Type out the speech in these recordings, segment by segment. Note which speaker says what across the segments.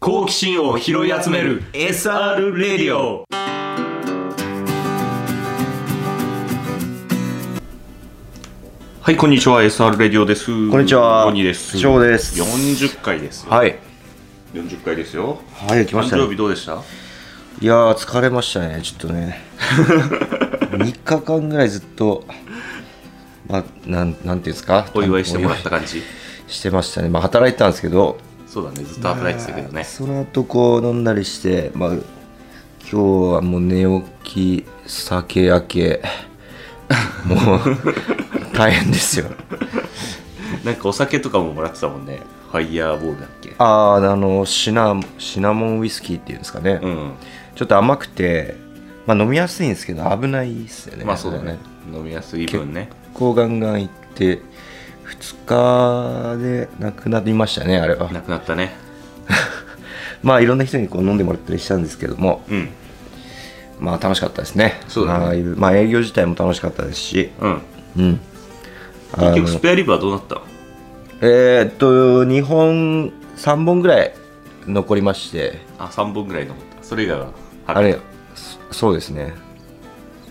Speaker 1: 好奇心を拾い集める SR レディオはいこんにちは SR レディオです
Speaker 2: こんにちは
Speaker 1: 鬼です
Speaker 2: 翔です
Speaker 1: 40回ですよ
Speaker 2: はい
Speaker 1: 40回ですよ
Speaker 2: はい来ました
Speaker 1: 誕生
Speaker 2: ね
Speaker 1: 日どうでした
Speaker 2: いやー疲れましたねちょっ とね3日間ぐらいずっとまあなんなんていうんですか
Speaker 1: お祝いしてもらっ
Speaker 2: お
Speaker 1: た感じ
Speaker 2: 祝いしてましたねまあ働いてたんですけど
Speaker 1: そうだねずっと働いてたけど
Speaker 2: まあ
Speaker 1: ね
Speaker 2: その後こう飲んだりしてまあ今日はもう寝起き酒 明けもう大変ですよ
Speaker 1: なんかお酒とかももらってたもんねファイヤーボールだっけ
Speaker 2: あああのシナシナモンウイスキーっていうんですかね、
Speaker 1: うん
Speaker 2: ちょっと甘くてまあ飲みやすいんですけど危ないっすよね
Speaker 1: まあそうだね飲みやすい分ね
Speaker 2: こうガンガン行って2日でなくなりましたねあれは
Speaker 1: なくなったね
Speaker 2: まあいろんな人にこう飲んでもらったりしたんですけども
Speaker 1: うん
Speaker 2: まあ楽しかったですね
Speaker 1: そうだね
Speaker 2: まあいぶまあ営業自体も楽しかったですし
Speaker 1: うん
Speaker 2: うんあ
Speaker 1: 結
Speaker 2: の
Speaker 1: 局スペアリブはどうなったの
Speaker 2: えーっと2本3本ぐらい残りまして
Speaker 1: あ3本ぐらい残ったそれ以外は
Speaker 2: あれそそうですね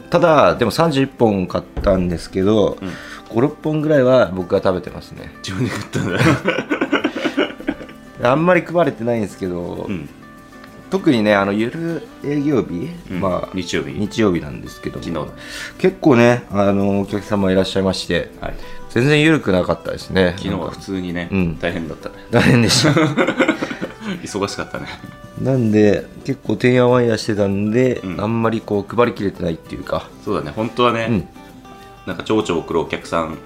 Speaker 2: ただでも31本買ったんですけど、
Speaker 1: うん
Speaker 2: 56本ぐらいは僕が食べてますね
Speaker 1: 自分で食ったん だ
Speaker 2: あんまり配われてないんですけど、
Speaker 1: うん、
Speaker 2: 特にねあのゆる営業日、
Speaker 1: うん
Speaker 2: まあ
Speaker 1: 日曜日
Speaker 2: 日曜日なんですけども
Speaker 1: 昨日
Speaker 2: 結構ねあのお客様いらっしゃいまして
Speaker 1: はい、
Speaker 2: 全然ゆるくなかったですね
Speaker 1: 昨日
Speaker 2: なん
Speaker 1: は
Speaker 2: か
Speaker 1: 普通にね、
Speaker 2: うん
Speaker 1: 大変だったね
Speaker 2: 大変でした
Speaker 1: 忙しかったね
Speaker 2: なんで結構てんやわんやしてたんで、
Speaker 1: うん
Speaker 2: あんまりこう配りきれてないっていうか
Speaker 1: そうだね本当はね、
Speaker 2: うん
Speaker 1: なんか蝶々送るお客さん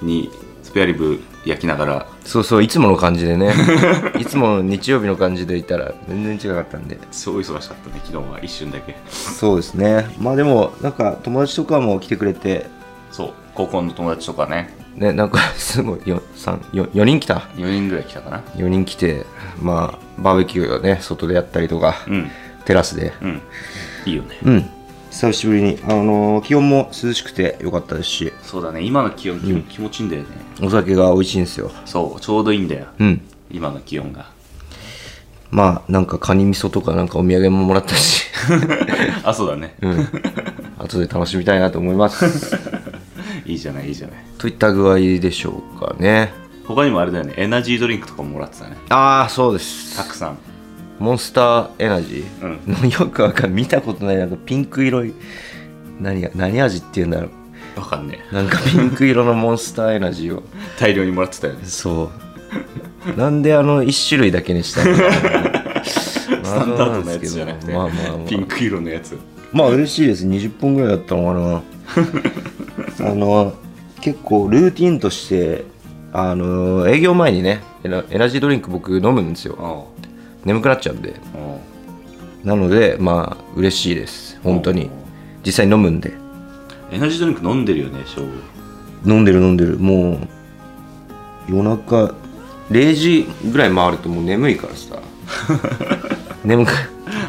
Speaker 1: にスペアリブ焼きながら
Speaker 2: そうそういつもの感じでね いつもの日曜日の感じでいたら全然違かったんです
Speaker 1: ごい忙しかったね昨日は一瞬だけ
Speaker 2: そうですねまあでもなんか友達とかも来てくれて
Speaker 1: そう高校の友達とかね
Speaker 2: ねなんか すごいよ三よ4人来た
Speaker 1: 4人ぐらい来たかな
Speaker 2: 4人来てまあバーベキューをね外でやったりとか、
Speaker 1: うん
Speaker 2: テラスで
Speaker 1: うんいいよね
Speaker 2: うん久しぶりにあのー気温も涼しくてよかったですし
Speaker 1: そうだね今の気温、気持ちいいんだよね
Speaker 2: お酒が美味しいんですよ
Speaker 1: そうちょうどいいんだよ
Speaker 2: うん
Speaker 1: 今の気温が
Speaker 2: まあなんかカニ味噌とかなんかお土産ももらったし
Speaker 1: あそうだね、
Speaker 2: うん 後で楽しみたいなと思います
Speaker 1: いいじゃないいいじゃない
Speaker 2: といった具合でしょうかね
Speaker 1: 他にもあれだよねエナジードリンクとかももらってたね
Speaker 2: ああそうで
Speaker 1: た
Speaker 2: す
Speaker 1: くさん
Speaker 2: モンスターエナジー
Speaker 1: うん
Speaker 2: のよくわかん見たことないなんかピンク色い何が何味っていうんだろ
Speaker 1: わかんね
Speaker 2: うなんかピンク色のモンスターエナジーを
Speaker 1: え大量にもらってたよね
Speaker 2: そう。なんであの1種類だけにしたの か
Speaker 1: スタンダードなやつじゃなくて、
Speaker 2: まあまあまあ、
Speaker 1: ピンク色のやつ
Speaker 2: まあ嬉しいです20本ぐらいだったの かなあの結構ルーティンとしてあの営業前にねエナエナジードリンク僕飲むんですよ
Speaker 1: お
Speaker 2: 眠くなっちゃうんで
Speaker 1: うおう
Speaker 2: なのでまあ嬉しいです本当に実際飲むんで
Speaker 1: エナジードリンク飲んでるよね勝負
Speaker 2: 飲んでる飲んでるもう夜中0時ぐらい回るともう眠いから さ眠く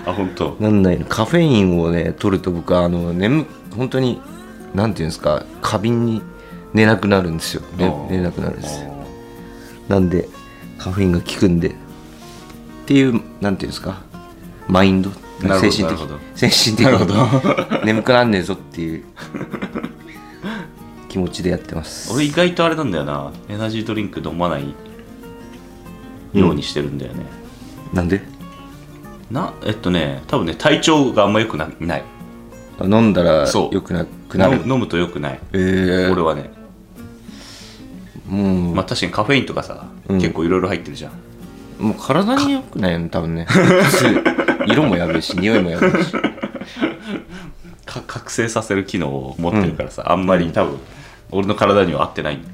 Speaker 1: あ本当。
Speaker 2: なんないのカフェインをね取ると僕はあの眠本当になんていうんですか過敏に寝なくなるんですよ、ね
Speaker 1: おう
Speaker 2: 寝れなくなるんです
Speaker 1: おう
Speaker 2: なんでカフェインが効くんでっていうなんていうんですかマインド
Speaker 1: なるほど
Speaker 2: 精神
Speaker 1: なる
Speaker 2: 的
Speaker 1: ほど
Speaker 2: 精神的
Speaker 1: なるほ
Speaker 2: に眠くなんねえぞっていう気持ちでやってま す
Speaker 1: 俺意外とあれなんだよなエナジードリンク飲まないようにしてるんだよね、
Speaker 2: なんで
Speaker 1: なえっとね多分ね体調があんま良くなない
Speaker 2: あ飲んだら
Speaker 1: そう
Speaker 2: 良くなくなる
Speaker 1: 飲む飲むと良くない
Speaker 2: えー、
Speaker 1: 俺はね
Speaker 2: もう、
Speaker 1: まあ確かにカフェインとかさ、
Speaker 2: うん
Speaker 1: 結構いろいろ入ってるじゃん
Speaker 2: もう体に良くないよね多 分ね普通色もやべえし匂いもやべえし
Speaker 1: か覚醒させる機能を持ってるからさ、あんまり多分俺の体には合ってないんだ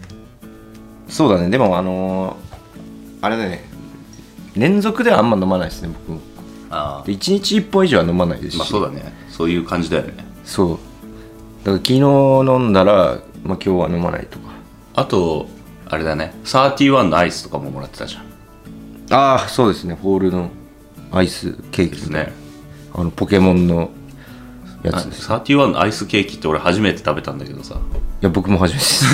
Speaker 2: そうだねでもあのーあれだね連続ではあんま飲まないですね僕も
Speaker 1: あ
Speaker 2: で1日1本以上は飲まないですし、
Speaker 1: まあそうだねそういう感じだよね
Speaker 2: そうだから昨日飲んだら、まあ、今日は飲まないとか
Speaker 1: あとあれだね31のアイスとかももらってたじゃん
Speaker 2: ああそうですねホールのアイスケーキ
Speaker 1: ですね
Speaker 2: あのポケモンのや
Speaker 1: あ
Speaker 2: つですい
Speaker 1: 31のアイスケーキって俺初めて食べたんだけどさ
Speaker 2: や僕も初めてです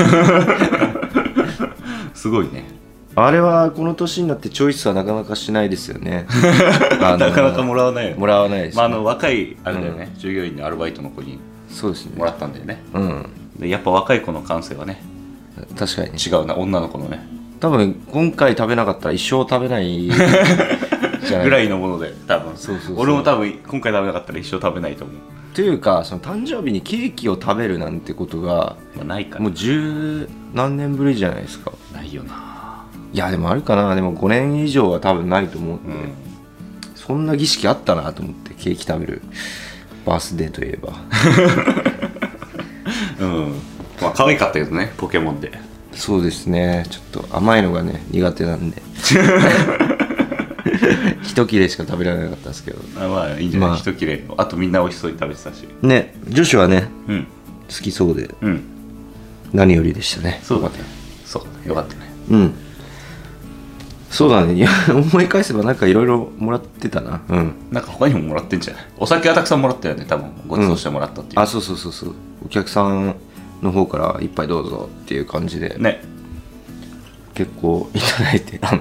Speaker 1: すごいね
Speaker 2: あれはこの年になってチョイスはなかなかしないですよ ねあの
Speaker 1: なかなかもらわないよね
Speaker 2: もらわないです、ね
Speaker 1: まあ、あの若いあれだよね、従業員のアルバイトの子に
Speaker 2: そうですね
Speaker 1: もらったんだよね
Speaker 2: うん
Speaker 1: でやっぱ若い子の感性はね
Speaker 2: 確かに
Speaker 1: 違うな女の子のね
Speaker 2: 多分今回食べなかったら一生食べない じゃない
Speaker 1: ぐらいのもので多分
Speaker 2: そうそうそう
Speaker 1: 俺も多分今回食べなかったら一生食べないと思う、
Speaker 2: というかその誕生日にケーキを食べるなんてことが
Speaker 1: まあ、ないから
Speaker 2: もう十何年ぶりじゃないですか
Speaker 1: ないよない
Speaker 2: やでもあるかなでも5年以上は多分ないと思
Speaker 1: う
Speaker 2: うんで、
Speaker 1: ん
Speaker 2: そんな儀式あったなと思ってケーキ食べるバースデーといえば
Speaker 1: うんまあ可愛かったけどねポケモンで
Speaker 2: そうですねちょっと甘いのがね苦手なん で一切れしか食べられなかったんですけど
Speaker 1: あまあいいんじゃない、
Speaker 2: まあ
Speaker 1: 一切れあとみんな美味しそうに食べてたし
Speaker 2: ね女子はね
Speaker 1: うん
Speaker 2: 好きそうで
Speaker 1: うん
Speaker 2: 何よりでしたね
Speaker 1: そうだ
Speaker 2: よ
Speaker 1: ね
Speaker 2: かっ
Speaker 1: そうよかったね
Speaker 2: たうんそうだねいや 思い返せばなんかいろいろもらってたなうん
Speaker 1: なんか他にももらってんじゃないお酒はたくさんもらったよね多分ごちそうしてもらったっていう、
Speaker 2: あそうそうそうそうお客さんの方から一杯どうぞっていう感じで
Speaker 1: ね
Speaker 2: 結構いただいてあの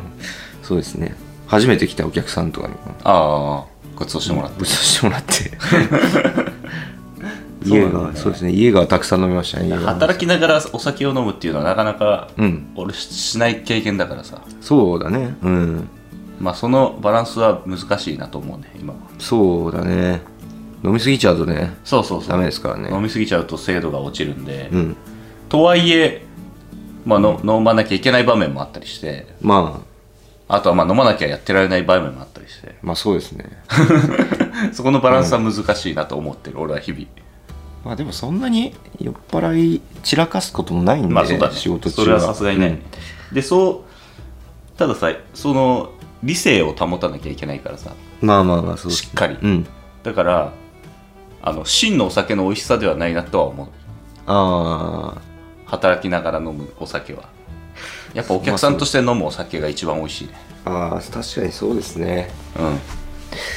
Speaker 2: そうですね初めて来たお客さんとかにも
Speaker 1: ああごちそうしてもらった、
Speaker 2: ごちそうしてもらって
Speaker 1: そう
Speaker 2: 家
Speaker 1: なんだよ
Speaker 2: がそうですね家がたくさん飲みましたね家が
Speaker 1: 働きながらお酒を飲むっていうのはなかなか、
Speaker 2: うん
Speaker 1: 俺ししない経験だからさ
Speaker 2: そうだねうん
Speaker 1: まあそのバランスは難しいなと思うね今は
Speaker 2: そうだね飲みすぎちゃうとね
Speaker 1: そうそうそう
Speaker 2: ダメですからね
Speaker 1: 飲みすぎちゃうと精度が落ちるんで、
Speaker 2: うん
Speaker 1: とはいえ、まあ、の飲まなきゃいけない場面もあったりして
Speaker 2: まあ
Speaker 1: あとはまあ飲まなきゃやってられない場面もあったりして
Speaker 2: まあそうですね
Speaker 1: そこのバランスは難しいなと思ってる、俺は日々
Speaker 2: まあでもそんなに酔っ払い散らかすこともないんで、
Speaker 1: まあそうだね
Speaker 2: 仕事中
Speaker 1: それはさすがにね、でそうたださその理性を保たなきゃいけないからさ
Speaker 2: うんまあまあまあそう
Speaker 1: しっかり
Speaker 2: うん
Speaker 1: だからあの真のお酒の美味しさではないなとは思う
Speaker 2: ああ
Speaker 1: 働きながら飲むお酒はやっぱお客さんとして飲むお酒が一番美味しいね
Speaker 2: ああ確かにそうですね
Speaker 1: うん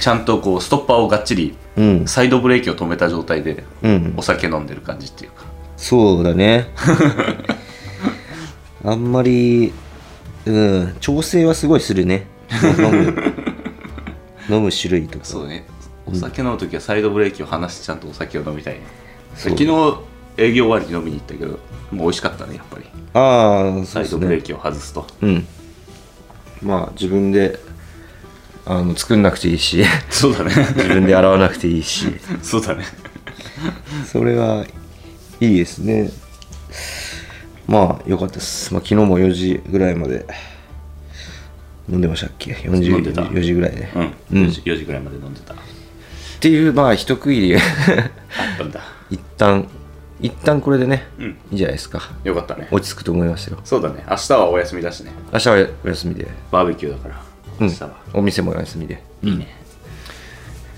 Speaker 1: ちゃんとこうストッパーをがっちり
Speaker 2: うん
Speaker 1: サイドブレーキを止めた状態で
Speaker 2: うん
Speaker 1: お酒飲んでる感じっていうか
Speaker 2: そうだ ねあんまりうん調整はすごいするね飲 む飲む種類とか
Speaker 1: そうねお酒飲む時はサイドブレーキを離してちゃんとお酒を飲みたいね、
Speaker 2: そう
Speaker 1: 昨日営業終わりに飲みに行ったけどもう美味しかったねやっぱり
Speaker 2: ああそ
Speaker 1: サイ
Speaker 2: うです
Speaker 1: ドブレー
Speaker 2: ね
Speaker 1: キを外すと
Speaker 2: うんまあ自分であの作んなくていい し
Speaker 1: そうだね
Speaker 2: 自分で洗わなくていいし
Speaker 1: そうだね
Speaker 2: それはいいですねまあよかったです、まあ、昨日も4時ぐらいまで飲んでましたっけ
Speaker 1: 飲んでた
Speaker 2: 44時ぐらいね、
Speaker 1: うん
Speaker 2: うん
Speaker 1: 4時 ,4 時ぐらいまで飲んでたあ
Speaker 2: っていうまあ一区切り
Speaker 1: ったんだ
Speaker 2: 一旦一旦これでね、
Speaker 1: うん
Speaker 2: いいじゃないですか
Speaker 1: よかったね
Speaker 2: 落ち着くと思いますよ
Speaker 1: そうだね明日はお休みだしね
Speaker 2: 明日はお休みで、
Speaker 1: バーベキューだから
Speaker 2: う
Speaker 1: 明
Speaker 2: ん
Speaker 1: 日は、
Speaker 2: お店もお休みで
Speaker 1: いいね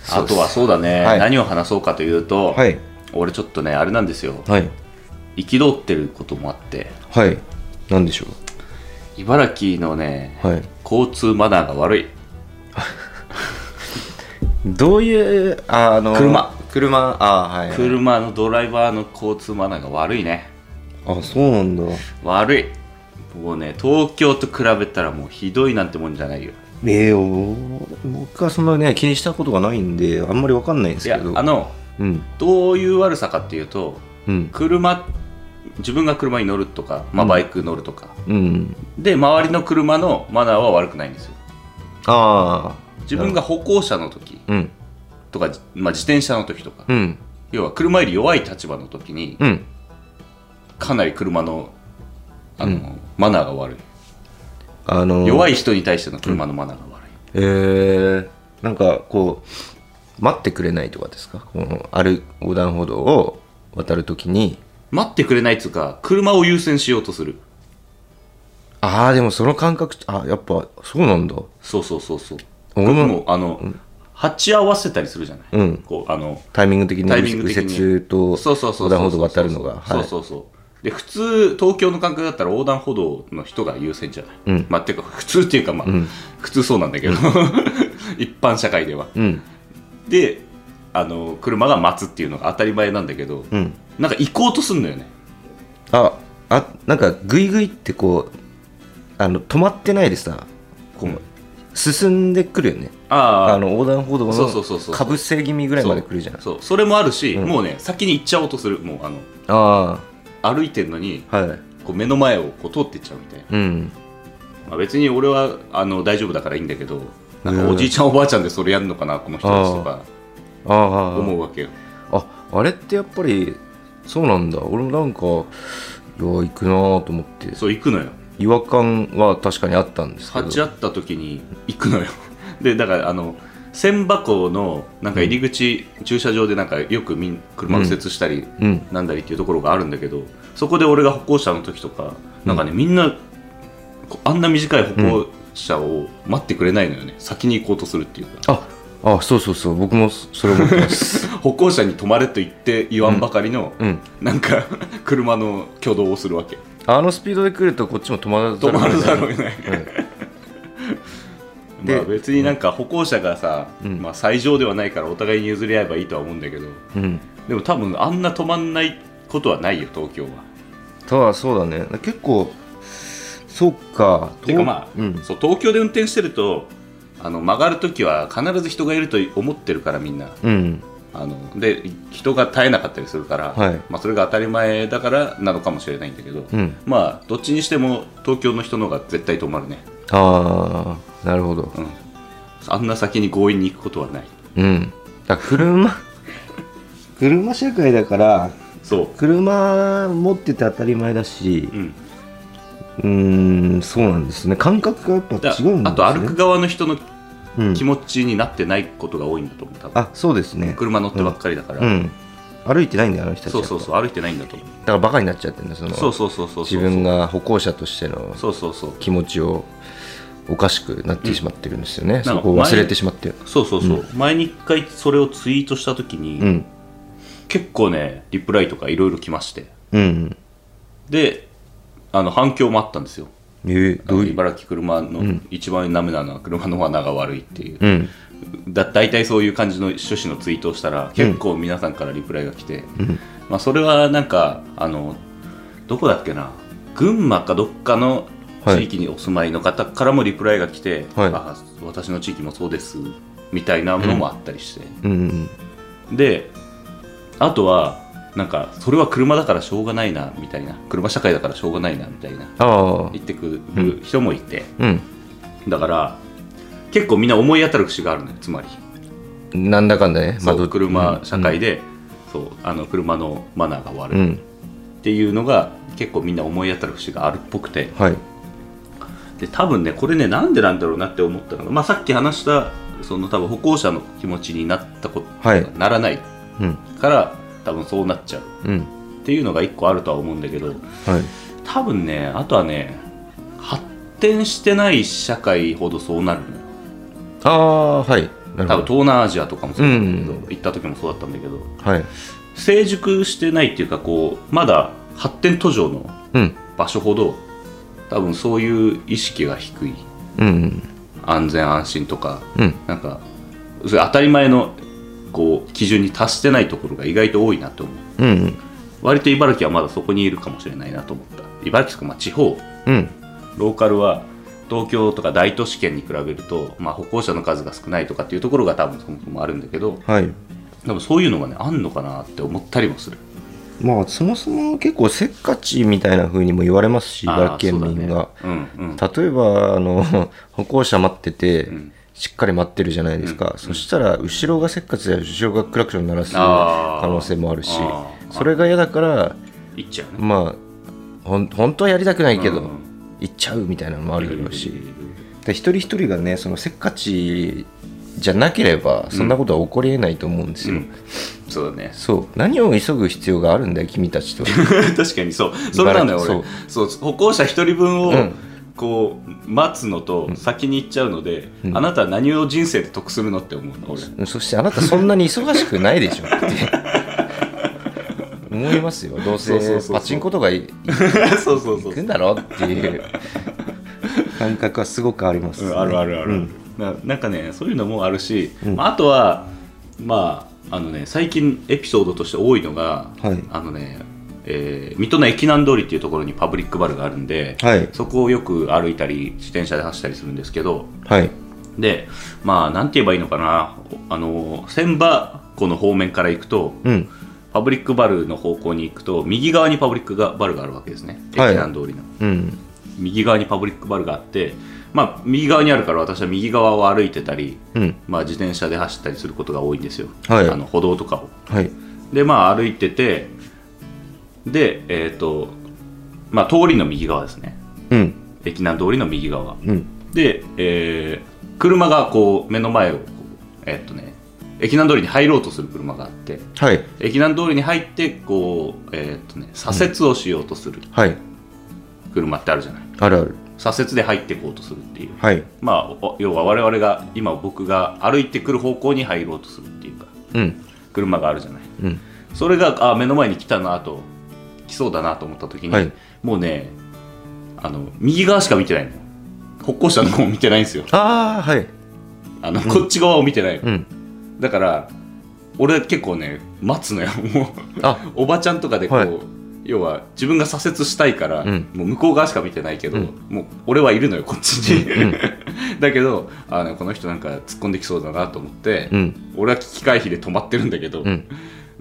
Speaker 2: そう
Speaker 1: あ
Speaker 2: です
Speaker 1: とはそうだね、
Speaker 2: はい
Speaker 1: 何を話そうかというと、
Speaker 2: はい
Speaker 1: 俺ちょっとねあれなんですよ
Speaker 2: はい
Speaker 1: 憤ってることもあって
Speaker 2: はい何でしょ
Speaker 1: 茨城のね、
Speaker 2: うはい
Speaker 1: 交通マナーが悪い
Speaker 2: どういうああの
Speaker 1: 車
Speaker 2: 車あはい
Speaker 1: 車のドライバーの交通マナーが悪いね
Speaker 2: あそうなんだ
Speaker 1: 悪いもうね東京と比べたらもうひどいなんてもんじゃないよ
Speaker 2: えー、お僕はそんなね気にしたことがないんであんまりわかんないんです
Speaker 1: い
Speaker 2: け
Speaker 1: や
Speaker 2: ど
Speaker 1: あの
Speaker 2: うん
Speaker 1: どういう悪さかっていうと
Speaker 2: うん
Speaker 1: 車自分が車に乗るとか、まあ、バイク乗るとか、
Speaker 2: うん
Speaker 1: で周りの車のマナーは悪くないんですよ
Speaker 2: ああ
Speaker 1: 自分が歩行者の時
Speaker 2: うん
Speaker 1: とか、まあ、自転車の時とか、
Speaker 2: うん
Speaker 1: 要は車より弱い立場の時に
Speaker 2: うん
Speaker 1: かなり車のあの、
Speaker 2: う
Speaker 1: マナーが悪い、
Speaker 2: あの
Speaker 1: 弱
Speaker 2: い
Speaker 1: い人に対しての車のマナーが悪い、
Speaker 2: えー、なんかこう待ってくれないとかですかこのある横断歩道を渡るときに
Speaker 1: 待ってくれないっつうか車を優先しようとする
Speaker 2: ああでもその感覚あやっぱそうなんだ
Speaker 1: そうそうそうそう
Speaker 2: 俺も
Speaker 1: もうあの、鉢合わせたりするじゃない、
Speaker 2: うん
Speaker 1: こうあの
Speaker 2: タイミング的に
Speaker 1: タイミング的に
Speaker 2: 右折と
Speaker 1: そうそうそうそう
Speaker 2: 横断歩道渡るのが
Speaker 1: そう
Speaker 2: は
Speaker 1: そうそうで普通東京の感覚だったら横断歩道の人が優先じゃない、
Speaker 2: うん
Speaker 1: まあていうか普通っていうかまあ、普通そうなんだけど、 一般社会ではい
Speaker 2: うん
Speaker 1: であの車が待つっていうのが当たり前なんだけど、
Speaker 2: うん
Speaker 1: なんか行こうとすんのよね
Speaker 2: ああなんかグイグイってこうあの止まってないでさこう、
Speaker 1: うん
Speaker 2: 進んでくるよねあ
Speaker 1: ああ
Speaker 2: の横断歩道
Speaker 1: そうそうそうそ
Speaker 2: の
Speaker 1: う
Speaker 2: かぶせ気味ぐらいまで来るじゃん
Speaker 1: そうそれもあるし、
Speaker 2: うん
Speaker 1: もうね先に行っちゃおうとするもうあの
Speaker 2: あ
Speaker 1: 歩いてるのに
Speaker 2: あはい
Speaker 1: こう目の前をこう通っていっちゃうみたいな、
Speaker 2: うん
Speaker 1: まあ、別に俺はあの大丈夫だからいいんだけどなん
Speaker 2: う
Speaker 1: か
Speaker 2: ん
Speaker 1: おじいちゃんおばあちゃんでそれやるのかなこの人たちとか
Speaker 2: ああ
Speaker 1: 思うわけよ
Speaker 2: ああれってやっぱりそうなんだ俺もなんかいや行くなーと思って
Speaker 1: そう行くのよ
Speaker 2: 違和感は確かにあったんですけ
Speaker 1: 立ち
Speaker 2: ど
Speaker 1: 会った時に行くのよでだからあの千葉港のなんか入り口、駐車場でなんかよくみん車右折したり、
Speaker 2: うん
Speaker 1: なんだりっていうところがあるんだけどそこで俺が歩行者の時とかなんかね、みんなこあんな短い歩行者を待ってくれないのよね、先に行こうとするっていうか
Speaker 2: ああそうそうそう僕もそそれ思ってます
Speaker 1: 歩行者に止まれと言って言わんばかりの、
Speaker 2: うん
Speaker 1: なんか車の挙動をするわけ
Speaker 2: あのスピードで来るとこっちも止まらざ
Speaker 1: 止
Speaker 2: るを
Speaker 1: ま
Speaker 2: 得
Speaker 1: る
Speaker 2: ない
Speaker 1: だろうね、
Speaker 2: で
Speaker 1: まあ別になんか歩行者がさ、
Speaker 2: うん
Speaker 1: まあ、最上ではないからお互いに譲り合えばいいとは思うんだけど
Speaker 2: うん
Speaker 1: でも多分あんな止まんないことはないよ東京は。
Speaker 2: ただそうだね結構そっか
Speaker 1: てかまあ、
Speaker 2: うん、
Speaker 1: そう東京で運転してるとあの曲がるときは必ず人がいると思ってるからみんな
Speaker 2: うん、
Speaker 1: あので人が絶えなかったりするから、
Speaker 2: はい
Speaker 1: まあ、それが当たり前だからなのかもしれないんだけど、
Speaker 2: うん
Speaker 1: まあどっちにしても東京の人の方が絶対止まるね、
Speaker 2: ああなるほど
Speaker 1: うん、あんな先に強引に行くことはない
Speaker 2: うんだから車 車社会だから
Speaker 1: そ
Speaker 2: 車持ってて当たり前だし
Speaker 1: う、うん、
Speaker 2: うーんそうなんですね感覚がやっぱ違うん
Speaker 1: だ
Speaker 2: ですね
Speaker 1: あと歩く側の人の
Speaker 2: うん
Speaker 1: 気持ちになってないことが多いんだと思う多分
Speaker 2: あそうですね
Speaker 1: 車乗ってばっかりだから、
Speaker 2: うん歩いてないんだよあの人たち
Speaker 1: そうそう
Speaker 2: う
Speaker 1: そう歩いてないんだと思う
Speaker 2: だからバカになっちゃってるんだその
Speaker 1: そうそうそうそう
Speaker 2: 自分が歩行者としての
Speaker 1: そうそうそう
Speaker 2: 気持ちをおかしくなってしまってるんですよね、
Speaker 1: ん
Speaker 2: そこを忘れてしまってる
Speaker 1: そうそうそう、前に一回それをツイートした時に、
Speaker 2: うん
Speaker 1: 結構ねリプライとかいろいろ来まして
Speaker 2: うん
Speaker 1: であの反響もあったんですよ
Speaker 2: えー、どういう
Speaker 1: 茨城車の一番ダメなのは車の罠が悪いっていう、
Speaker 2: うん
Speaker 1: だ大体そういう感じの趣旨のツイートをしたら結構皆さんからリプライが来て、
Speaker 2: うん
Speaker 1: まあ、それはなんかあのどこだっけな群馬かどっかの地域にお住まいの方からもリプライが来て、
Speaker 2: はい
Speaker 1: あ私の地域もそうですみたいなものもあったりして、
Speaker 2: うん
Speaker 1: であとはなんかそれは車だからしょうがないなみたいな車社会だからしょうがないなみたいな
Speaker 2: ああ
Speaker 1: 言ってくる人もいて、
Speaker 2: うん
Speaker 1: だから結構みんな思い当たる節があるのよつまり、
Speaker 2: なんだかんだね
Speaker 1: そう
Speaker 2: ど
Speaker 1: 車社会で、そうあの車のマナーが悪
Speaker 2: うん、う
Speaker 1: いっ
Speaker 2: ん
Speaker 1: ていうのが結構みんな思い当たる節があるっぽくて
Speaker 2: はい
Speaker 1: で多分ねこれねなんでなんだろうなって思ったのが、まあ、さっき話したその多分歩行者の気持ちになったことが
Speaker 2: はい
Speaker 1: ならない
Speaker 2: うん
Speaker 1: から多分そうなっちゃう
Speaker 2: うん
Speaker 1: っていうのが一個あるとは思うんだけど
Speaker 2: はい
Speaker 1: 多分ねあとはね発展してない社会ほどそうなるのよ
Speaker 2: ああはいな
Speaker 1: 多分
Speaker 2: るほ
Speaker 1: 東南アジアとかもそうなんだけど、
Speaker 2: うん
Speaker 1: 行った時もそうだったんだけど
Speaker 2: どはい
Speaker 1: 成熟してないっていうかこうまだ発展途上の
Speaker 2: うん
Speaker 1: 場所ほど多分そういう意識が低い
Speaker 2: うん
Speaker 1: 安全安心とか
Speaker 2: うん
Speaker 1: なんかそれ当たり前のこう基準に達してないところが意外と多いなと思う
Speaker 2: うん
Speaker 1: 割と茨城はまだそこにいるかもしれないなと思った茨城とかまあ地方
Speaker 2: うん
Speaker 1: ローカルは東京とか大都市圏に比べると、まあ、歩行者の数が少ないとかっていうところが多分そもそもあるんだけど
Speaker 2: はい
Speaker 1: 多分そういうのがねあんのかなって思ったりもする
Speaker 2: まあそもそも結構せっかちみたいな風にも言われますし茨城県民が、
Speaker 1: あーそうだねうんうん
Speaker 2: 例えばあの 歩行者待ってて、
Speaker 1: ん
Speaker 2: しっかり待ってるじゃないですか、そしたら後ろがせっかちで後ろがクラクション鳴らす可能性もあるし
Speaker 1: あー
Speaker 2: それが嫌だから
Speaker 1: いっちゃうね
Speaker 2: まあほん本当はやりたくないけど、
Speaker 1: うん
Speaker 2: 行っちゃうみたいなのもあるだろうし、
Speaker 1: いるいるいるいる
Speaker 2: で一人一人がねそのせっかちじゃなければそんなことは起こりえないと思うんですよ、
Speaker 1: うんそうだね
Speaker 2: そう何を急ぐ必要があるんだよ君たちと
Speaker 1: 確かにそうそれなのよ
Speaker 2: 茨城
Speaker 1: 俺そう歩行者一人分を、
Speaker 2: うん
Speaker 1: こう待つのと先に行っちゃうので、
Speaker 2: うん
Speaker 1: あなたは何を人生で得するのって思うの俺
Speaker 2: そしてあなたそんなに忙しくないでしょって思いますよどうせ
Speaker 1: そうそうそうそう
Speaker 2: パチンコとかい
Speaker 1: そうそうそ
Speaker 2: 行
Speaker 1: う
Speaker 2: くんだろっていう感覚はすごくあります、
Speaker 1: うん、あるあるある、
Speaker 2: うん
Speaker 1: ななんかねそういうのもあるし、
Speaker 2: うん
Speaker 1: まあ、あとはまああのね最近エピソードとして多いのが、
Speaker 2: はい
Speaker 1: あのねえー、水戸の駅南通りっていうところにパブリックバルがあるんで、
Speaker 2: はい
Speaker 1: そこをよく歩いたり自転車で走ったりするんですけど
Speaker 2: はい
Speaker 1: でまあなんて言えばいいのかなあの千葉湖の方面から行くと
Speaker 2: うん
Speaker 1: パブリックバルの方向に行くと右側にパブリックがバルがあるわけですね駅
Speaker 2: はい
Speaker 1: 南通りの、
Speaker 2: うん
Speaker 1: 右側にパブリックバルがあってまあ右側にあるから私は右側を歩いてたり、
Speaker 2: うん
Speaker 1: まあ、自転車で走ったりすることが多いんですよ、
Speaker 2: はい
Speaker 1: あの歩道とかを
Speaker 2: はい
Speaker 1: でまあ歩いててでえっ、とまあ通りの右側ですね
Speaker 2: うん
Speaker 1: 駅南通りの右側
Speaker 2: うん
Speaker 1: で、えー車がこう目の前をこうえーっとね駅南通りに入ろうとする車があって
Speaker 2: はい
Speaker 1: 駅南通りに入ってこうえーっとね左折をしようとする
Speaker 2: はい
Speaker 1: 車ってあるじゃない
Speaker 2: あるある
Speaker 1: 左折で入ってこうとするっていう
Speaker 2: はい
Speaker 1: まあお要は我々が今僕が歩いてくる方向に入ろうとするっていうか
Speaker 2: うん
Speaker 1: 車があるじゃない
Speaker 2: うん
Speaker 1: それがあ目の前に来たなと来そうだなと思った時に、
Speaker 2: はい
Speaker 1: もうねあの右側しか見てないの歩行者の方を見てないんですよ
Speaker 2: ああはい
Speaker 1: あの、こっち側を見てないの
Speaker 2: うん
Speaker 1: だから俺結構ね待つのよも
Speaker 2: あ
Speaker 1: う おばちゃんとかでこう、
Speaker 2: はい
Speaker 1: 要は自分が左折したいから、
Speaker 2: うん
Speaker 1: もう向こう側しか見てないけど、
Speaker 2: うん
Speaker 1: もう俺はいるのよこっちに、
Speaker 2: うん
Speaker 1: だけどあのこの人なんか突っ込んできそうだなと思って、
Speaker 2: うん
Speaker 1: 俺は危機回避で止まってるんだけど、
Speaker 2: うん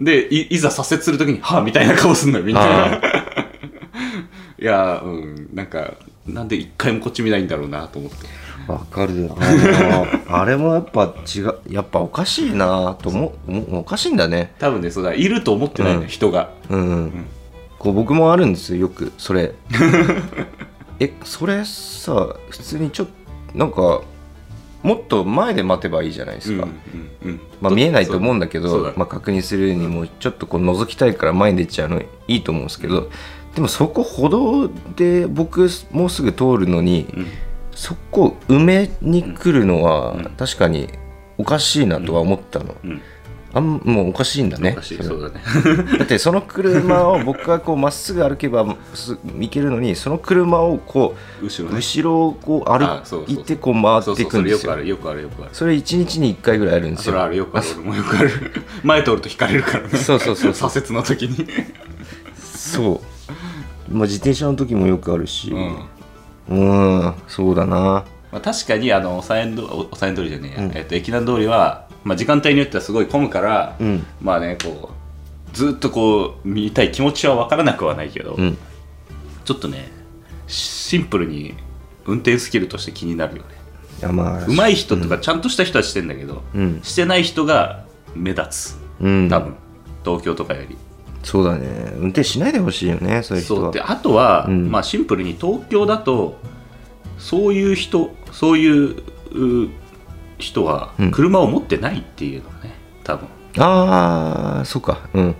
Speaker 1: でいいざ左折するときに「はあ」みたいな顔すんのよみんな
Speaker 2: あ
Speaker 1: いやーうんなんかなんで一回もこっち見ないんだろうなと思って
Speaker 2: わかるあの あれもやっぱ違うやっぱおかしいなと思うおおかしいんだね
Speaker 1: 多分ねそうだいると思ってないの、
Speaker 2: うん
Speaker 1: 人が
Speaker 2: うん、こう僕もあるんですよよくそ れえそれさ普通にちょっとなんかもっと前で待てばいいじゃないですか、
Speaker 1: うんうん
Speaker 2: まあ、見えないと思うんだけ
Speaker 1: そう
Speaker 2: ど
Speaker 1: だ、
Speaker 2: まあ、確認するにもちょっとこう覗きたいから前に出ちゃうのいいと思うんですけどでもそこ歩道で僕もうすぐ通るのに
Speaker 1: うん
Speaker 2: そこ埋めに来るの
Speaker 1: うん
Speaker 2: は確かにおかしいなとは思ったの。
Speaker 1: うん
Speaker 2: あんもうおかしいんだね
Speaker 1: おかしい
Speaker 2: それ
Speaker 1: そうだね
Speaker 2: だってその車を僕がこうまっすぐ歩けばす行けるのにその車をこ
Speaker 1: 後
Speaker 2: う
Speaker 1: ろね
Speaker 2: 後ろをこう歩
Speaker 1: あそうそう
Speaker 2: い
Speaker 1: そう
Speaker 2: てこう回
Speaker 1: そう
Speaker 2: ってい
Speaker 1: そう
Speaker 2: く
Speaker 1: そ
Speaker 2: ん
Speaker 1: れ
Speaker 2: で
Speaker 1: よ
Speaker 2: す
Speaker 1: くあ
Speaker 2: よ
Speaker 1: るよくあるよくある
Speaker 2: それ1日に1回ぐらいあるんで
Speaker 1: あ
Speaker 2: す
Speaker 1: それ
Speaker 2: よ
Speaker 1: あるよくある俺もよくある 前通ると引かれるからね
Speaker 2: そうそうそうそ う
Speaker 1: 左折の時に
Speaker 2: そう、まあ、自転車の時もよくあるし
Speaker 1: うん、ま
Speaker 2: うんそうだな
Speaker 1: あ、確かにあのおさえんどおおさえん通りじゃねえや、
Speaker 2: うん
Speaker 1: えっと駅南通りは、まあ、時間帯によってはすごい混むから、
Speaker 2: うん
Speaker 1: まあねこうずっとこう見たい気持ちは分からなくはないけど、
Speaker 2: うん
Speaker 1: ちょっとねシンプルに運転スキルとして気になるよね
Speaker 2: いやまあ
Speaker 1: 上手い人とかちゃんとした人はしてんだけど、
Speaker 2: うん
Speaker 1: してない人が目立
Speaker 2: うん
Speaker 1: つ多分、東京とかより
Speaker 2: そうだね運転しないでほしいよねそういう人
Speaker 1: そう
Speaker 2: は
Speaker 1: であとは、
Speaker 2: うん
Speaker 1: まあ、シンプルに東京だとそういう人そういうう人は
Speaker 2: うん
Speaker 1: 車を持ってないっていうのがね多分
Speaker 2: ああそうかうん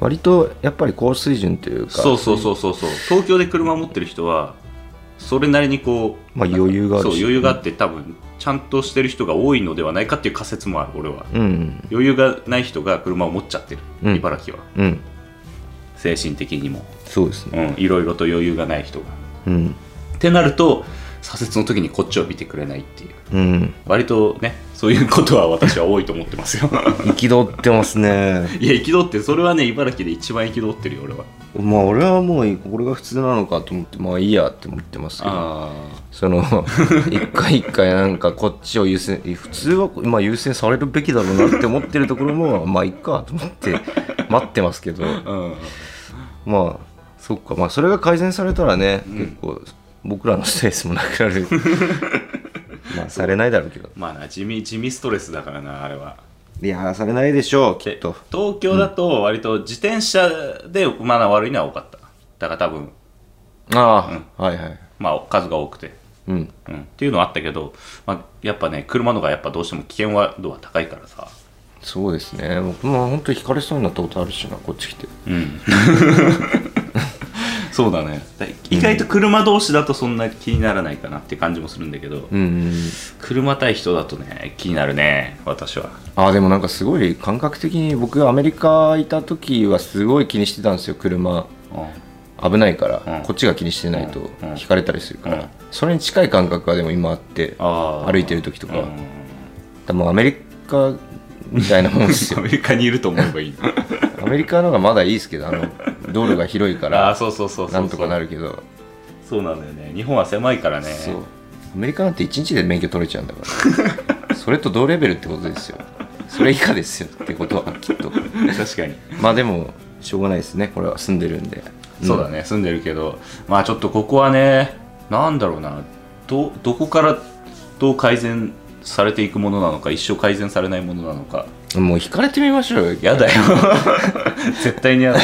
Speaker 2: 割とやっぱり高水準というか
Speaker 1: そうそうそうそうそう東京で車を持ってる人はそれなりにこう、
Speaker 2: まあ余裕があるし
Speaker 1: そう余裕があって多分ちゃんとしてる人が多いのではないかっていう仮説もある俺は
Speaker 2: うん
Speaker 1: 余裕がない人が車を持っちゃって
Speaker 2: う
Speaker 1: る
Speaker 2: ん
Speaker 1: 茨城は、
Speaker 2: うん
Speaker 1: 精神的にも、
Speaker 2: そうですね
Speaker 1: うん、いろいろと余裕がない人が
Speaker 2: うん
Speaker 1: ってなると左折の時にこっちを見てくれないっていう
Speaker 2: うん
Speaker 1: 割とねそういうことは私は多 いと思ってますよ
Speaker 2: 憤ってますね
Speaker 1: いや憤ってるそれはね茨城で一番憤ってるよ俺は
Speaker 2: まあ俺はもうこれが普通なのかと思ってまあいいやって思ってますけど
Speaker 1: ああ
Speaker 2: その 一回一回なんかこっちを優先普通はまあ優先されるべきだろうなって思ってるところも まあいっかと思って待ってますけど
Speaker 1: うん
Speaker 2: まあそっかまあそれが改善されたらね、
Speaker 1: ん
Speaker 2: 結構僕らのストレスもなくな るまあされないだろうけど
Speaker 1: まあな地味地味ストレスだからなあれはい
Speaker 2: やされないでしょうき
Speaker 1: で
Speaker 2: っと
Speaker 1: 東京だと割と自転車でマナー悪いのは多かっただから多分
Speaker 2: ああ、はいはい
Speaker 1: まあ数が多くて、
Speaker 2: うん
Speaker 1: うん、っていうのはあったけど、まあ、やっぱね車のがやっぱどうしても危険は度は高いからさ
Speaker 2: そうですね僕も本当に惹かれそうになったことあるしなこっち来て
Speaker 1: うん そうだねだ意外と車同士だとそんな気にならないかなって感じもするんだけど、
Speaker 2: うんうんうん
Speaker 1: 車対人だとね気になるね私は
Speaker 2: あーでもなんかすごい感覚的に僕アメリカいた時はすごい気にしてたんですよ車危ないから、
Speaker 1: うん
Speaker 2: こっちが気にしてないと
Speaker 1: うんうん
Speaker 2: 引かれたりするから、
Speaker 1: うん
Speaker 2: それに近い感覚がでも今あって
Speaker 1: あ
Speaker 2: 歩いて
Speaker 1: る
Speaker 2: る時とか、でもアメリカみたいなもんです
Speaker 1: ア
Speaker 2: よ
Speaker 1: メリカにいると思えばいいの
Speaker 2: アメリカの方がまだいいですけどあの道路が広いか
Speaker 1: ああ
Speaker 2: ら
Speaker 1: そうそうそうそう
Speaker 2: なんとかなるけど
Speaker 1: そうなんだよね日本は狭いからね
Speaker 2: そうアメリカなんて1日で免許取れちゃうんだからそれと同レベルってことですよそれ以下ですよってことはきっと
Speaker 1: 確かに
Speaker 2: まあでもしょうがないですねこれは住んでるんで、
Speaker 1: そうだね住んでるけどまあちょっとここはねなんだろうなどどこからどう改善されていくものなのか一生改善されないものなのか
Speaker 2: うんもう引かれてみましょうよ
Speaker 1: やだよ 絶対に嫌だ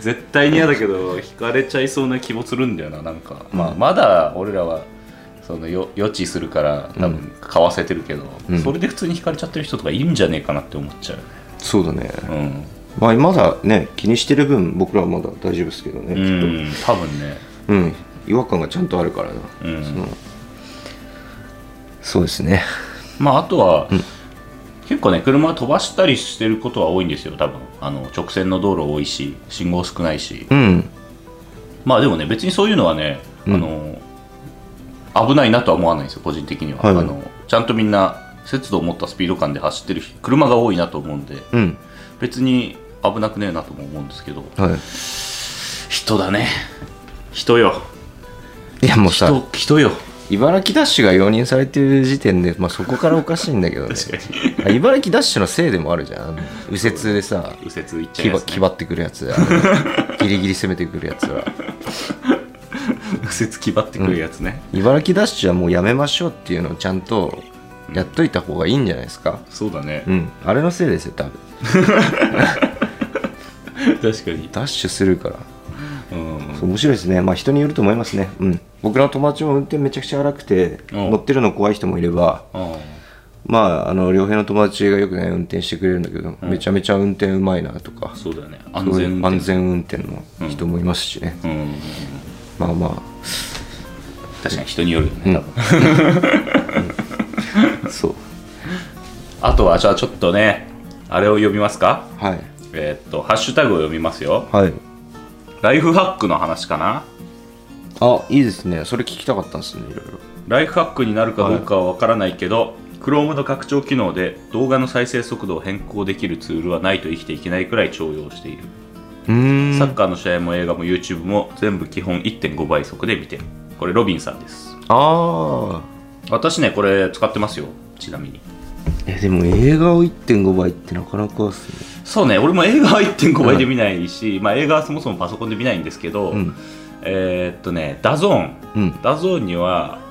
Speaker 1: 絶対に嫌だけど惹かれちゃいそうな気もするんだよななんか、まあ、まだ俺らはそのよ予知するから多分買わせてるけど、
Speaker 2: うん
Speaker 1: それで普通に惹かれちゃってる人とかいるんじゃねえかなって思っちゃう、
Speaker 2: そうだね
Speaker 1: うん
Speaker 2: まあまだね気にしてる分僕らはまだ大丈夫ですけどね
Speaker 1: う
Speaker 2: きっ
Speaker 1: ん多分ね、
Speaker 2: とうん違和感がちゃんとあるからな
Speaker 1: うん、
Speaker 2: そうですね
Speaker 1: まああとは、結構ね車飛ばしたりしてることは多いんですよ多分あの直線の道路多いし信号少ないし
Speaker 2: うん
Speaker 1: まあでもね別にそういうのはね、
Speaker 2: うん
Speaker 1: あの危ないなとは思わないんですよ個人的には、
Speaker 2: はいはい
Speaker 1: あのちゃんとみんな節度を持ったスピード感で走ってる車が多いなと思うんで
Speaker 2: うん
Speaker 1: 別に危なくねえなとも思うんですけど
Speaker 2: はい
Speaker 1: 人だね人よ
Speaker 2: いやもうさ
Speaker 1: 人人よ
Speaker 2: 茨城ダッシュが容認されてる時点で、まあ、そこからおかしいんだけどね
Speaker 1: 確か
Speaker 2: あ茨城ダッシュのせいでもあるじゃんあの右折でさ
Speaker 1: に右折いっちゃい
Speaker 2: 気
Speaker 1: ま
Speaker 2: ば
Speaker 1: す、ね、
Speaker 2: 気張ってくるやつあのギリギリ攻めてくるやつら
Speaker 1: 右折気張ってくるやつね、
Speaker 2: 茨城ダッシュはもうやめましょうっていうのをちゃんとやっといた方がいいんじゃないですか
Speaker 1: そうだね
Speaker 2: うんあれのせいですよ多分
Speaker 1: 確かに
Speaker 2: ダッシュするから
Speaker 1: うん
Speaker 2: そう面白いですねまあ人によると思いますねうん僕の友達も運転めちゃくちゃ荒くて
Speaker 1: うん
Speaker 2: 乗ってるの怖い人もいれば
Speaker 1: あ
Speaker 2: まああの両平の友達がよくね運転してくれるんだけど、めちゃめちゃ運転うまいなとか
Speaker 1: あそうだよね安全運転
Speaker 2: 安全運転の人もいますしね、
Speaker 1: うん
Speaker 2: まあま
Speaker 1: 確かに人によるよね、多分
Speaker 2: あそう
Speaker 1: あとはじゃあちょっとねあれを呼びますか
Speaker 2: はい
Speaker 1: えーっとハッシュタグを読みますよ
Speaker 2: はい
Speaker 1: ライフハックの話かな
Speaker 2: あいいですねそれ聞きたかったんですねいろいろ
Speaker 1: ライフハックになるかどうかはわからないけど、Chrome の拡張機能で動画の再生速度を変更できるツールはないと生きていけないくらい重用している、
Speaker 2: うーん
Speaker 1: サッカーの試合も映画も YouTube も全部基本1.5倍速で見てるこれロビンさんです
Speaker 2: ああ
Speaker 1: 私ねこれ使ってますよちなみに
Speaker 2: えでも映画を1.5倍ってなかなかっすね
Speaker 1: そうね俺も映画は1.5倍で見ないし、まあ、映画はそもそもパソコンで見ないんですけど、
Speaker 2: ん
Speaker 1: えーっとねダゾーン
Speaker 2: うん
Speaker 1: ダゾーンには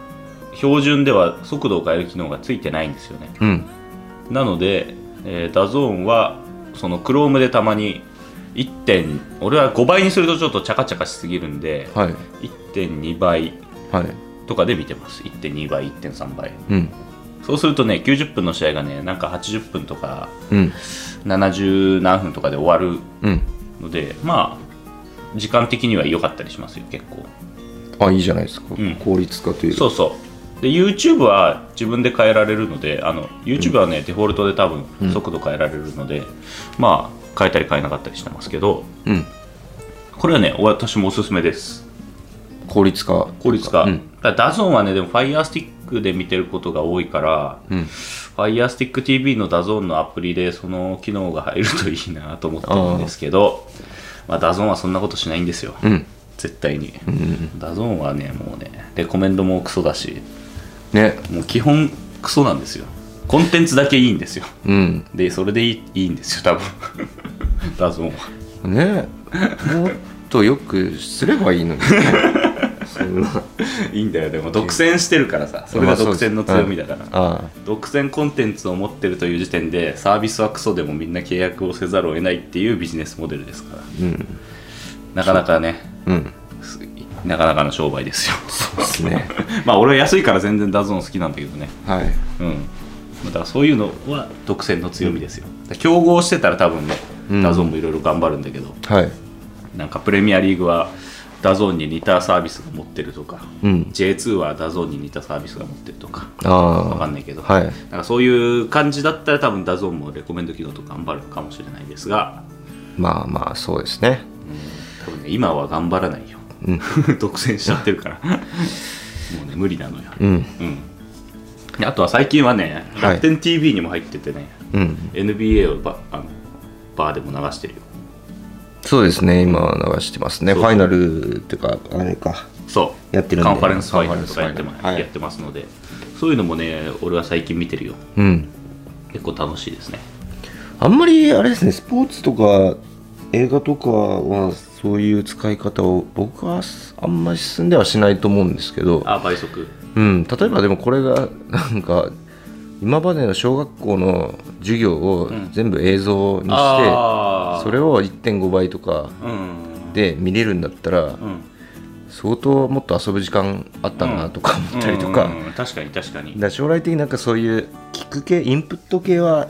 Speaker 1: 標準では速度を変える機能がついてないんですよね
Speaker 2: うん
Speaker 1: なので、えーダゾーンはその Chrome でたまに1点俺は5倍にするとちょっとチャカチャカしすぎるんで、
Speaker 2: はい
Speaker 1: 1.2倍
Speaker 2: はい
Speaker 1: とかで見てます1.2倍1.3倍
Speaker 2: うん
Speaker 1: そうするとね90分の試合がねなんか80分とか
Speaker 2: うん
Speaker 1: 70何分とかで終わる
Speaker 2: うん
Speaker 1: のでまあ時間的には良かったりしますよ結構
Speaker 2: あいいじゃないですか、
Speaker 1: うん
Speaker 2: 効率化というか
Speaker 1: そうそうで YouTube は自分で変えられるのであの YouTube はね、デフォルトで多分速度変えられるので、まあ変えたり変えなかったりしてますけど
Speaker 2: うん
Speaker 1: これはね私もおすすめです
Speaker 2: 効率化
Speaker 1: 効率化、
Speaker 2: うん
Speaker 1: ただダゾーンはねでも FireStick で見てることが多いから、
Speaker 2: うん
Speaker 1: FireStickTV のダゾーンのアプリでその機能が入るといいなと思ってるんですけどまあ、ダゾーンはそんなことしないんですよ、
Speaker 2: うん
Speaker 1: 絶対に、ダゾーンはねもうねレコメンドもクソだし
Speaker 2: ね
Speaker 1: もう基本クソなんですよコンテンツだけいいんですよ
Speaker 2: うん
Speaker 1: でそれでいいいいんですよ多分 ダゾーンは
Speaker 2: ねもっとよくすればいいのにね そんない
Speaker 1: いんだよでも独占してるからさそれが独占の強みだから、
Speaker 2: ああ
Speaker 1: 独占コンテンツを持ってるという時点でサービスはクソでもみんな契約をせざるを得ないっていうビジネスモデルですから
Speaker 2: うん
Speaker 1: なかなかね
Speaker 2: うん
Speaker 1: すなかなかの商売ですよ
Speaker 2: そうですね
Speaker 1: まあ俺は安いから全然ダゾーン好きなんだけどね
Speaker 2: はい
Speaker 1: うんだからそういうのは独占の強みですよ、だから競合してたら多分ね
Speaker 2: うん
Speaker 1: ダゾーンもいろいろ頑張るんだけど、
Speaker 2: はい
Speaker 1: なんかプレミアリーグはダゾーンに似たサービスが持ってるとか、
Speaker 2: うん
Speaker 1: J2 はダゾーンに似たサービスが持ってるとか
Speaker 2: ああ
Speaker 1: わかんないけど、
Speaker 2: はい
Speaker 1: なんかそういう感じだったら多分ダゾーンもレコメンド機能とか頑張るかもしれないですが、
Speaker 2: まあまあそうですね
Speaker 1: 多分ね今は頑張らないよ、
Speaker 2: うん
Speaker 1: 独占しちゃってるからもうね無理なのよ、
Speaker 2: うん
Speaker 1: うんであとは最近はね
Speaker 2: はい
Speaker 1: 楽天 TV にも入っててね、
Speaker 2: うん
Speaker 1: NBA をバあのバーでも流してるよ
Speaker 2: そうですね今流してますね
Speaker 1: そ
Speaker 2: フ
Speaker 1: うそう
Speaker 2: ァイナルっていうかあれか
Speaker 1: そう
Speaker 2: やってるんで
Speaker 1: カンファレンスファイナルとか
Speaker 2: カ
Speaker 1: や
Speaker 2: ン
Speaker 1: っ
Speaker 2: フ
Speaker 1: て
Speaker 2: ァレンスファイナル
Speaker 1: ま
Speaker 2: はい
Speaker 1: やってますのでそういうのもね俺は最近見てるよ
Speaker 2: うん
Speaker 1: 結構楽しいですね
Speaker 2: あんまりあれですねスポーツとか映画とかはそういう使い方を僕はあんまり進んではしないと思うんですけど
Speaker 1: あ倍速
Speaker 2: うん、例えばでもこれがなんか今までの小学校の授業を
Speaker 1: ん
Speaker 2: 全部映像にして、
Speaker 1: ああ
Speaker 2: それを1.5倍とか
Speaker 1: うん
Speaker 2: で見れるんだったら、
Speaker 1: うん
Speaker 2: 相当もっと遊ぶ時間あったなとか思ったりとか,、
Speaker 1: うんうんうん確かに確かに
Speaker 2: だから将来的になんかそういう聞く系インプット系は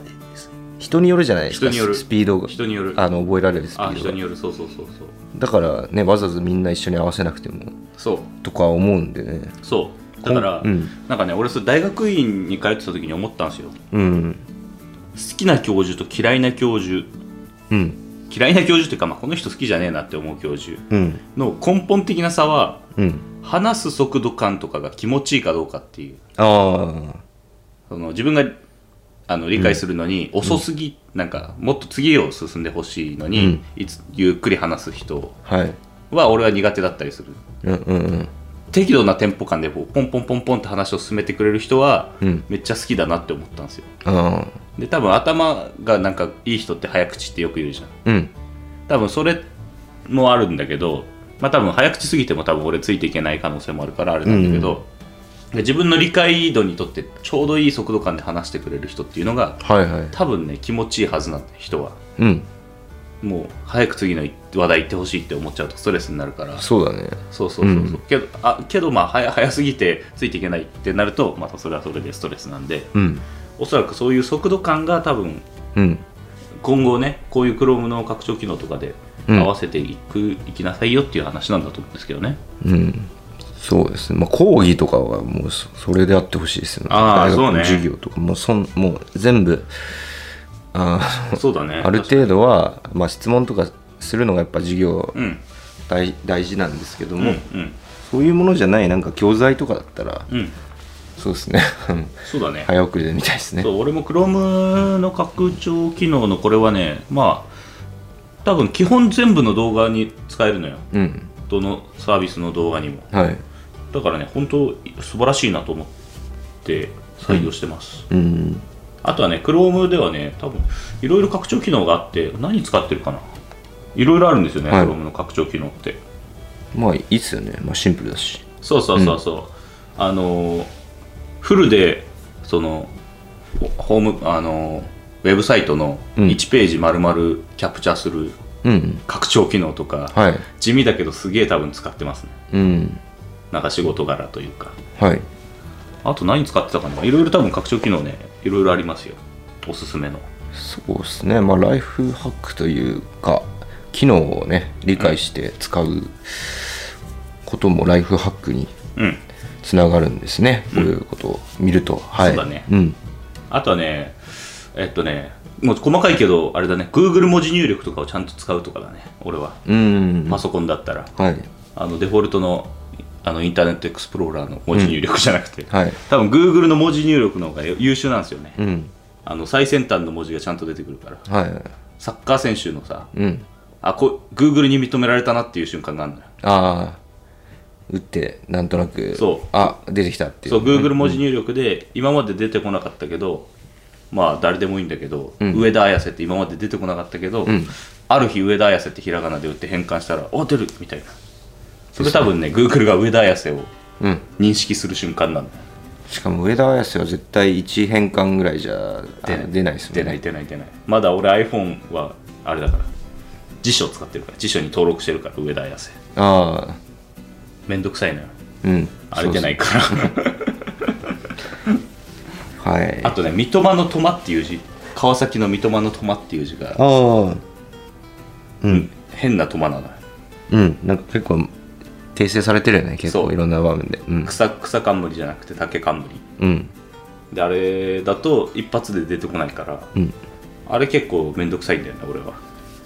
Speaker 2: 人によるじゃないですか
Speaker 1: 人による
Speaker 2: スピードが
Speaker 1: 人による
Speaker 2: あの覚えられるスピ
Speaker 1: あ
Speaker 2: ー
Speaker 1: 人
Speaker 2: ド
Speaker 1: に
Speaker 2: が
Speaker 1: よるそうそうそうそう
Speaker 2: だからねわざわざみんな一緒に合わせなくても
Speaker 1: そう
Speaker 2: とか思うんでね
Speaker 1: そうだから、
Speaker 2: うん
Speaker 1: なんかね俺それ大学院に通ってた時に思ったんですよ
Speaker 2: うん
Speaker 1: 好きな教授と嫌いな教授
Speaker 2: うん
Speaker 1: 嫌いな教授っていうか、まあ、この人好きじゃねえなって思う教授
Speaker 2: うん
Speaker 1: の根本的な差は
Speaker 2: うん
Speaker 1: 話す速度感とかが気持ちいいかどうかっていう
Speaker 2: ああ
Speaker 1: その自分があの理解するのに遅すぎ、なんかもっと次を進んでほしいのに、
Speaker 2: うん
Speaker 1: いつゆっくり話す人
Speaker 2: はい。
Speaker 1: は俺は苦手だったりする
Speaker 2: うんうんうん。
Speaker 1: 適度なテンポ感でこうポンポンポンポンって話を進めてくれる人は、
Speaker 2: うん
Speaker 1: めっちゃ好きだなって思ったんですよ
Speaker 2: ああ。
Speaker 1: で多分頭がなんかいい人って早口ってよく言うじゃん
Speaker 2: うん。
Speaker 1: 多分それもあるんだけどまあ多分早口すぎても多分俺ついていけない可能性もあるからあれなんだけど、で自分の理解度にとってちょうどいい速度感で話してくれる人っていうのが
Speaker 2: はいはい。
Speaker 1: 多分ね気持ちいいはずなんだ人は
Speaker 2: うん。
Speaker 1: もう早く次の話題行ってほしいって思っちゃうとストレスになるから
Speaker 2: そうだね。
Speaker 1: そうそうそうそう、
Speaker 2: うん
Speaker 1: けどあけどまあ早早すぎてついていけないってなるとまたそれはそれでストレスなんで
Speaker 2: うん。
Speaker 1: おそらくそういう速度感が多分
Speaker 2: うん。
Speaker 1: 今後ねこういう Chrome の拡張機能とかで
Speaker 2: うん
Speaker 1: 合わせていく、いきなさいよっていう話なんだと思うんですけどね
Speaker 2: うん。そうですね。まあ、講義とかはもうそそれであってほしいですよね。
Speaker 1: ああ
Speaker 2: 大学の
Speaker 1: そうね
Speaker 2: 授業とかもうそん、もう全部、あ
Speaker 1: そうだね
Speaker 2: あある程度は、まあ、質問とかするのがやっぱ授業
Speaker 1: うん
Speaker 2: 大大事なんですけど
Speaker 1: うん
Speaker 2: も、
Speaker 1: うん
Speaker 2: そういうものじゃないなんか教材とかだったら、
Speaker 1: うん
Speaker 2: そうですね。 うん
Speaker 1: そうだね、
Speaker 2: 早送りで見たいですね。
Speaker 1: そう俺も Chrome の拡張機能のこれはねまあ多分基本全部の動画に使えるのよ
Speaker 2: うん。
Speaker 1: どのサービスの動画にも
Speaker 2: はい。
Speaker 1: だからね本当素晴らしいなと思って採用してます、
Speaker 2: うん。
Speaker 1: あとはね Chrome ではね多分いろいろ拡張機能があって何使ってるかないろいろあるんですよね、
Speaker 2: はい
Speaker 1: Chrome の拡張機能って
Speaker 2: まあ、いいっすよね。まあ、シンプルだし。
Speaker 1: そうそうそうそう、あのーフルでそのホホームあのーウェブサイトの
Speaker 2: うん
Speaker 1: 1ページ丸々キャプチャーする
Speaker 2: うん。
Speaker 1: 拡張機能とか、
Speaker 2: はい。
Speaker 1: 地味だけどすげえ多分使ってますね
Speaker 2: うん。
Speaker 1: なんか仕事柄というか
Speaker 2: はい。
Speaker 1: あと何使ってたかないろいろ多分拡張機能ねいろいろありますよおすすめの
Speaker 2: そうですね。まあ、ライフハックというか、機能をね、理解して使うこともライフハックに
Speaker 1: うん
Speaker 2: つながるんですね。こういうことを見ると。はい。
Speaker 1: そうだね
Speaker 2: うん。
Speaker 1: あとはねえっとねもう細かいけどあれだね Google 文字入力とかをちゃんと使うとかだね俺は
Speaker 2: うん。
Speaker 1: パソコンだったら
Speaker 2: はい。
Speaker 1: あのデフォルトのあのインターネットエクスプローラーの文字入力じゃなくて、
Speaker 2: はい。
Speaker 1: 多分 Google の文字入力の方が優秀なんですよね、
Speaker 2: うん。
Speaker 1: あの最先端の文字がちゃんと出てくるから
Speaker 2: は
Speaker 1: サッカー選手のさ
Speaker 2: い。うん。
Speaker 1: あこ Google に認められたなっていう瞬間があるのよ
Speaker 2: ああ。打って、なんとなく、
Speaker 1: そう
Speaker 2: あ、出てきたっていう。
Speaker 1: そう Google 文字入力で今まで出てこなかったけど、まあ誰でもいいんだけど、
Speaker 2: うん
Speaker 1: 上田綾瀬って今まで出てこなかったけど、
Speaker 2: ん
Speaker 1: ある日上田綾瀬ってひらがなで打って変換したら「お出る!」みたいなそれ多分ね Google が上田綾瀬を
Speaker 2: うん。
Speaker 1: 認識する瞬間なんだよ
Speaker 2: しかも、上田綾瀬は絶対1変換ぐらいじゃあ
Speaker 1: 出ない
Speaker 2: 出ないですもんね。
Speaker 1: 出ない出ない出ないまだ俺 iPhone はあれだから辞書使ってるから辞書に登録してるから上田綾瀬
Speaker 2: ああ。
Speaker 1: めんどくさいのよ
Speaker 2: うん。。
Speaker 1: あれ出ないいから
Speaker 2: はい。
Speaker 1: あとね三笘の「笘」っていう字川崎の三笘の「笘」っていう字が
Speaker 2: ああうん
Speaker 1: 変な「笘」なのよ
Speaker 2: うんなんか結構訂正されてるよね結
Speaker 1: そ
Speaker 2: 構
Speaker 1: う
Speaker 2: いろんな場面でうん
Speaker 1: 草草冠じゃなくて竹冠
Speaker 2: うん
Speaker 1: であれだと一発で出てこないから、
Speaker 2: うん
Speaker 1: あれ結構めんどくさいんだよね俺は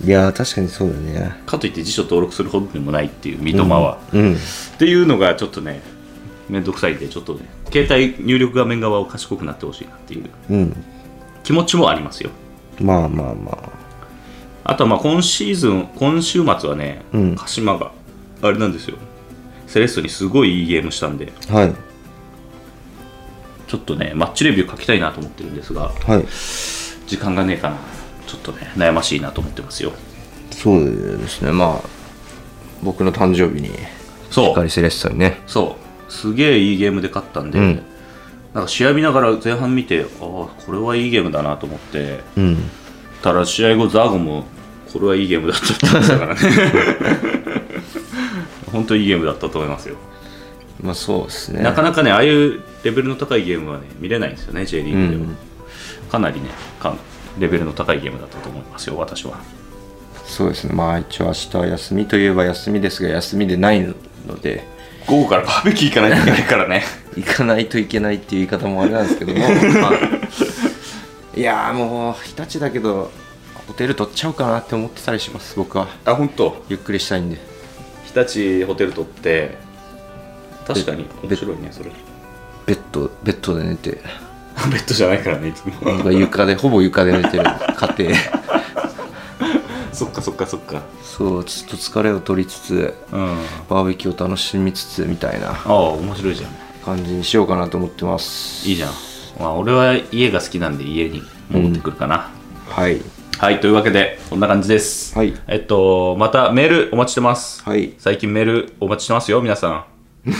Speaker 1: い
Speaker 2: やー確かにそうだね
Speaker 1: かといって辞書登録するほどでもないっていう三笘は、
Speaker 2: うん
Speaker 1: っていうのがちょっとねめんどくさいんでちょっとね携帯入力画面側を賢くなってほしいなっていう
Speaker 2: うん
Speaker 1: 気持ちもありますよ
Speaker 2: まあまあま
Speaker 1: あとはまあ今シーズン今週末はね、
Speaker 2: うん
Speaker 1: 鹿島があれなんですよセレッソにすごいいいゲームしたんで
Speaker 2: はい
Speaker 1: ちょっとねマッチレビュー書きたいなと思ってるんですが
Speaker 2: はい
Speaker 1: 時間がねえかなちょっとね悩ましいなと思ってますよ
Speaker 2: そうですねまあ僕の誕生日に
Speaker 1: そ
Speaker 2: 光
Speaker 1: う
Speaker 2: セレッソにね
Speaker 1: そうすげえいいゲームで勝ったんで、
Speaker 2: うん
Speaker 1: なんか試合見ながら前半見てああこれはいいゲームだなと思って
Speaker 2: うん
Speaker 1: ただ試合後ザーゴもこれはいいゲームだったって言ってたからね 本当にいいゲームだったと思いますよ
Speaker 2: まあそうですね
Speaker 1: なかなかね、ああいうレベルの高いゲームはね、見れないんですよね、J リーグでは。
Speaker 2: うん
Speaker 1: かなりねか、レベルの高いゲームだったと思いますよ、私は。
Speaker 2: そうですねまあ一応明日は休みといえば休みですが休みでないので
Speaker 1: 午後からバーベキュー行かないといけないからね。
Speaker 2: 行かないといけないっていう言い方もあれなんですけ ども、まあ、いやーもう日立だけどホテル取っちゃおうかなって思ってたりします僕は
Speaker 1: あ、本当。
Speaker 2: ゆっくりしたいんで
Speaker 1: 日立ホテル取って、確かに面白いね、それ。
Speaker 2: ベッドベッドで寝て
Speaker 1: ベッドじゃないからね、いつも。
Speaker 2: 僕は床でほぼ床で寝てる家 庭
Speaker 1: そっかそっかそっか。
Speaker 2: そうちょっと疲れを取りつつ
Speaker 1: うん。あ
Speaker 2: バーベキューを楽しみつつみたいな
Speaker 1: あ、面白いじゃん。
Speaker 2: 感じにしようかなと思ってます
Speaker 1: いいじゃん。まあ、俺は家が好きなんで家に戻ってくるかな。
Speaker 2: はい
Speaker 1: はい、というわけで、こんな感じです。
Speaker 2: はい
Speaker 1: えっと、またメールお待ちしてます。
Speaker 2: はい
Speaker 1: 最近メールお待ちしてますよ、皆さ ん。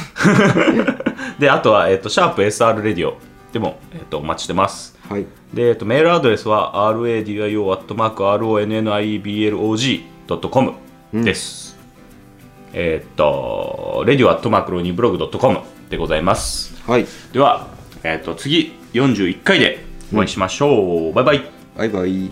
Speaker 1: で、あとは、えっと、シャープ s r レディオでも、えっと、お待ちしてます。
Speaker 2: はい
Speaker 1: で、えっと、メールアドレスは radio.ronniblog.com です。えっと、radio.ronniblog.com でございます。
Speaker 2: はい
Speaker 1: では、えっと、次41回でお会いしましょう。バイバイ。
Speaker 2: バイバイ